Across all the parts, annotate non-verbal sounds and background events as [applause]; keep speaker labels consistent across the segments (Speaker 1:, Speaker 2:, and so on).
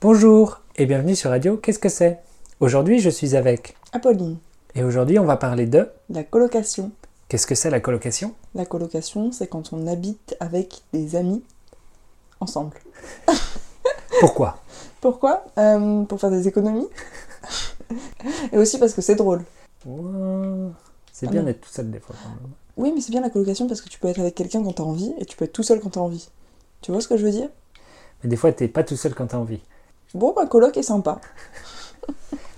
Speaker 1: Bonjour et bienvenue sur Radio Qu'est-ce que c'est Aujourd'hui je suis avec
Speaker 2: Apolline,
Speaker 1: et aujourd'hui on va parler de
Speaker 2: la colocation.
Speaker 1: qu'est-ce que c'est la colocation
Speaker 2: La colocation, c'est quand on habite avec des amis ensemble.
Speaker 1: Pourquoi
Speaker 2: Pourquoi Euh, Pour faire des économies. [laughs] Et aussi parce que c'est drôle.
Speaker 1: Ouah, C'est
Speaker 2: Ah
Speaker 1: bien
Speaker 2: non.
Speaker 1: d'être tout seul des fois quand même.
Speaker 2: Oui, mais c'est bien la colocation parce que tu peux être avec quelqu'un quand t'as envie et tu peux être tout seul quand t'as envie. Tu vois ce que je veux dire
Speaker 1: Mais des fois t'es pas tout seul quand t'as envie.
Speaker 2: Bon, ma coloc est sympa.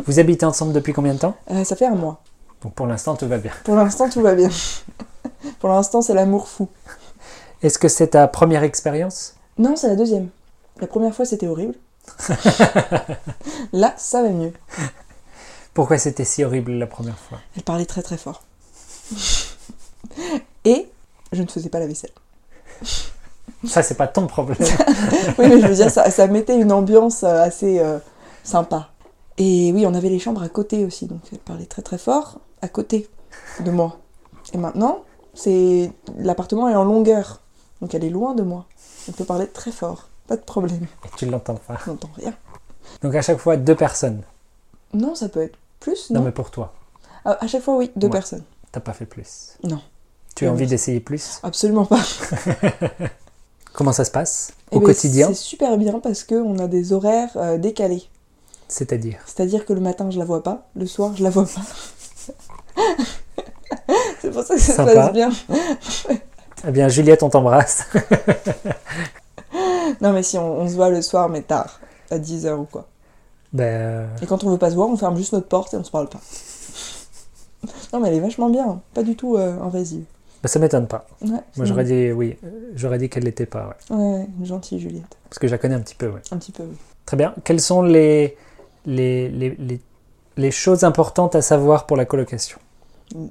Speaker 1: Vous habitez ensemble depuis combien de temps
Speaker 2: Euh, ça fait un mois.
Speaker 1: Donc pour l'instant tout va bien.
Speaker 2: Pour l'instant, tout va bien. [laughs] Pour l'instant, c'est l'amour fou.
Speaker 1: Est-ce que c'est ta première expérience
Speaker 2: Non, c'est la deuxième. La première fois, c'était horrible. Là, ça va mieux.
Speaker 1: Pourquoi c'était si horrible la première fois
Speaker 2: Elle parlait très très fort. [laughs] Et je ne faisais pas la vaisselle. [laughs]
Speaker 1: Ça c'est pas ton problème.
Speaker 2: Oui, mais je veux dire, ça, ça mettait une ambiance euh, assez euh, sympa. Et oui, on avait les chambres à côté aussi, donc elle parlait très très fort à côté de moi. Et maintenant, c'est l'appartement est en longueur, donc elle est loin de moi. Elle peut parler très fort, pas de problème, [laughs]
Speaker 1: Et tu l'entends pas.
Speaker 2: je n'entends rien.
Speaker 1: Donc à chaque fois deux personnes.
Speaker 2: Non, ça peut être plus,
Speaker 1: Non,
Speaker 2: non,
Speaker 1: mais pour toi,
Speaker 2: à, à chaque fois, oui, deux
Speaker 1: Ouais.
Speaker 2: personnes.
Speaker 1: t'as pas fait plus.
Speaker 2: Non. Euh,
Speaker 1: Tu as
Speaker 2: Non.
Speaker 1: envie d'essayer plus
Speaker 2: Absolument pas.
Speaker 1: Comment ça se passe
Speaker 2: Eh
Speaker 1: au
Speaker 2: ben,
Speaker 1: quotidien
Speaker 2: C'est super bien parce qu'on a des horaires euh, décalés.
Speaker 1: C'est-à-dire
Speaker 2: C'est-à-dire que le matin, je la vois pas, le soir, je la vois pas. [laughs] c'est pour ça que ça
Speaker 1: Sympa.
Speaker 2: se passe bien.
Speaker 1: Eh bien Juliette, on t'embrasse.
Speaker 2: Non, mais si, on, on se voit le soir, mais tard, à 10h ou quoi.
Speaker 1: ben, euh,
Speaker 2: Et quand on veut pas se voir, on ferme juste notre porte et on se parle pas. Non, mais elle est vachement bien, pas du tout euh, invasive.
Speaker 1: ben, ça m'étonne pas.
Speaker 2: Ouais,
Speaker 1: Moi,
Speaker 2: c'est
Speaker 1: j'aurais dit oui, euh, j'aurais dit qu'elle l'était pas, ouais.
Speaker 2: bon. Ouais, ouais, une gentille Juliette.
Speaker 1: parce que je la connais un petit peu. ouais.
Speaker 2: Un petit peu, oui.
Speaker 1: Très bien. Quelles sont les, les, les, les, les choses importantes à savoir pour la colocation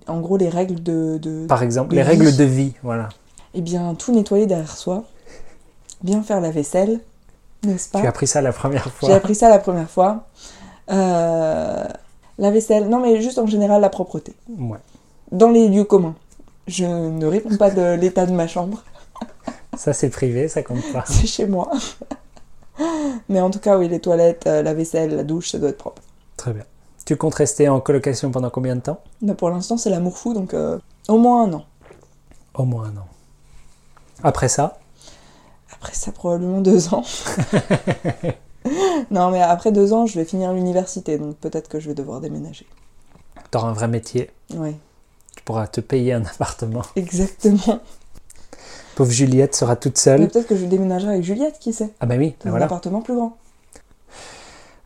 Speaker 2: En gros, les règles de. de...
Speaker 1: Par exemple,
Speaker 2: De
Speaker 1: les
Speaker 2: vie.
Speaker 1: règles de vie, voilà.
Speaker 2: Eh bien, tout nettoyer derrière soi, bien faire la vaisselle, n'est-ce pas
Speaker 1: Tu as appris ça la première
Speaker 2: J'ai
Speaker 1: fois.
Speaker 2: appris ça la première fois. Euh, la vaisselle, non mais juste en général la propreté.
Speaker 1: Ouais.
Speaker 2: Dans les lieux communs. Je ne réponds pas de l'état de ma chambre, [laughs]
Speaker 1: Ça, c'est privé, ça compte pas.
Speaker 2: c'est chez moi. [laughs] Mais en tout cas, oui, les toilettes, euh, la vaisselle, la douche, ça doit être propre.
Speaker 1: [laughs] Très bien. Tu comptes rester en colocation pendant combien de temps
Speaker 2: Mais pour l'instant, c'est l'amour fou, donc euh, au moins un an.
Speaker 1: Au moins un an. Après ça,
Speaker 2: Après ça, probablement deux
Speaker 1: [laughs]
Speaker 2: ans. non, mais après deux ans, je vais finir l'université, donc peut-être que je vais devoir déménager.
Speaker 1: tu auras un vrai métier.
Speaker 2: Ouais,
Speaker 1: Tu pourras te payer un [laughs] appartement.
Speaker 2: exactement.
Speaker 1: Pauvre Juliette sera toute
Speaker 2: Mais
Speaker 1: seule.
Speaker 2: peut-être que je déménagerai avec Juliette, qui sait
Speaker 1: Ah bah oui,
Speaker 2: Dans
Speaker 1: ben
Speaker 2: un
Speaker 1: voilà.
Speaker 2: appartement plus grand.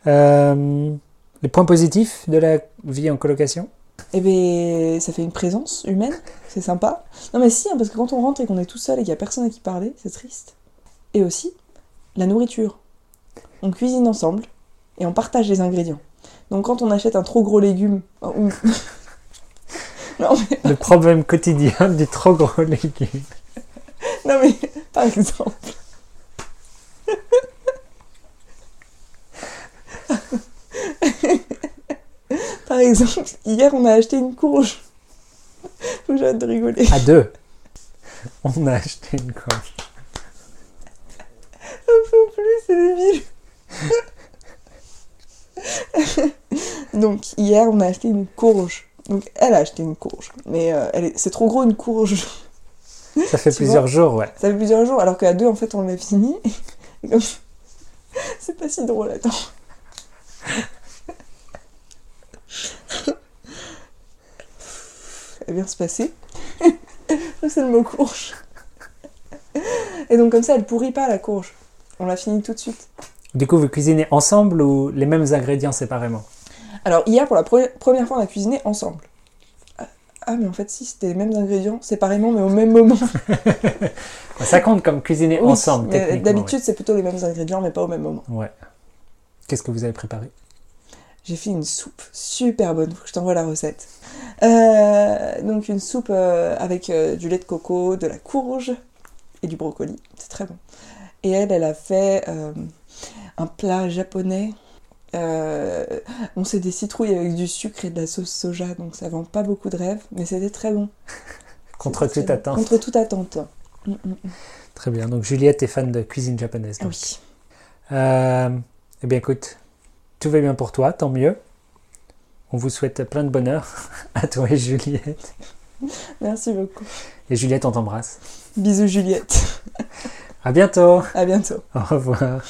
Speaker 1: Euh, les points positifs de la vie en
Speaker 2: [laughs]
Speaker 1: colocation
Speaker 2: Eh bien, ça fait une présence humaine, c'est sympa. Non mais si, hein, parce que quand on rentre et qu'on est tout seul et qu'il n'y a personne à qui parler, c'est triste. Et aussi, la nourriture. On cuisine ensemble et on partage les ingrédients. Donc quand on achète un trop gros légume... oh, ou- non, mais,
Speaker 1: Le problème quotidien du trop gros légume.
Speaker 2: [laughs] non mais, [laughs] par exemple... par exemple, hier on a acheté une courge. Faut que j'arrête de rigoler.
Speaker 1: À deux. On a acheté une courge.
Speaker 2: peux plus, c'est débile. Donc hier, on a acheté une courge. Donc elle a acheté une courge, mais euh, elle est- c'est trop gros une courge.
Speaker 1: Ça fait
Speaker 2: Tu
Speaker 1: plusieurs jours, ouais.
Speaker 2: Ça fait plusieurs jours, alors qu'à deux, en fait, on l'a fini. Et comme ça- c'est pas si drôle, attends. Elle vient se passer. c'est le mot courge. Et donc comme ça, elle pourrit pas la courge. On l'a fini tout de suite.
Speaker 1: Du coup, vous cuisinez ensemble ou les mêmes ingrédients séparément
Speaker 2: Alors hier, pour la pre- première fois, on a cuisiné ensemble. Ah- Ah mais en fait si, c'était les mêmes ingrédients, séparément mais au même
Speaker 1: [laughs]
Speaker 2: moment.
Speaker 1: Ça compte comme cuisiner
Speaker 2: Oui,
Speaker 1: ensemble,
Speaker 2: mais
Speaker 1: techniquement.
Speaker 2: D'habitude c'est plutôt les mêmes ingrédients mais pas au même moment.
Speaker 1: Ouais. Ouais. Qu'est-ce que vous avez préparé
Speaker 2: J'ai fait une soupe super bonne, faut que je t'envoie la recette. Euh, donc une soupe euh, avec euh, du lait de coco, de la courge et du brocoli, c'est très bon. Et elle, elle a fait euh, un plat japonais. Euh, on sait des citrouilles avec du sucre et de la sauce soja, donc ça vend pas beaucoup de rêves, mais c'était très bon.
Speaker 1: Contre
Speaker 2: C'était
Speaker 1: toute
Speaker 2: très bon.
Speaker 1: attente.
Speaker 2: Contre toute attente. Mm, mm, mm.
Speaker 1: Ah Très bien. Donc, Juliette est fan de cuisine japonaise.
Speaker 2: Ah
Speaker 1: donc.
Speaker 2: oui.
Speaker 1: Euh, Eh bien, écoute, tout va bien pour toi, tant mieux. On vous souhaite plein de bonheur [laughs] à toi et Juliette.
Speaker 2: Merci beaucoup.
Speaker 1: Et Juliette, on t'embrasse.
Speaker 2: Bisous Juliette.
Speaker 1: À bientôt.
Speaker 2: À bientôt.
Speaker 1: Au revoir.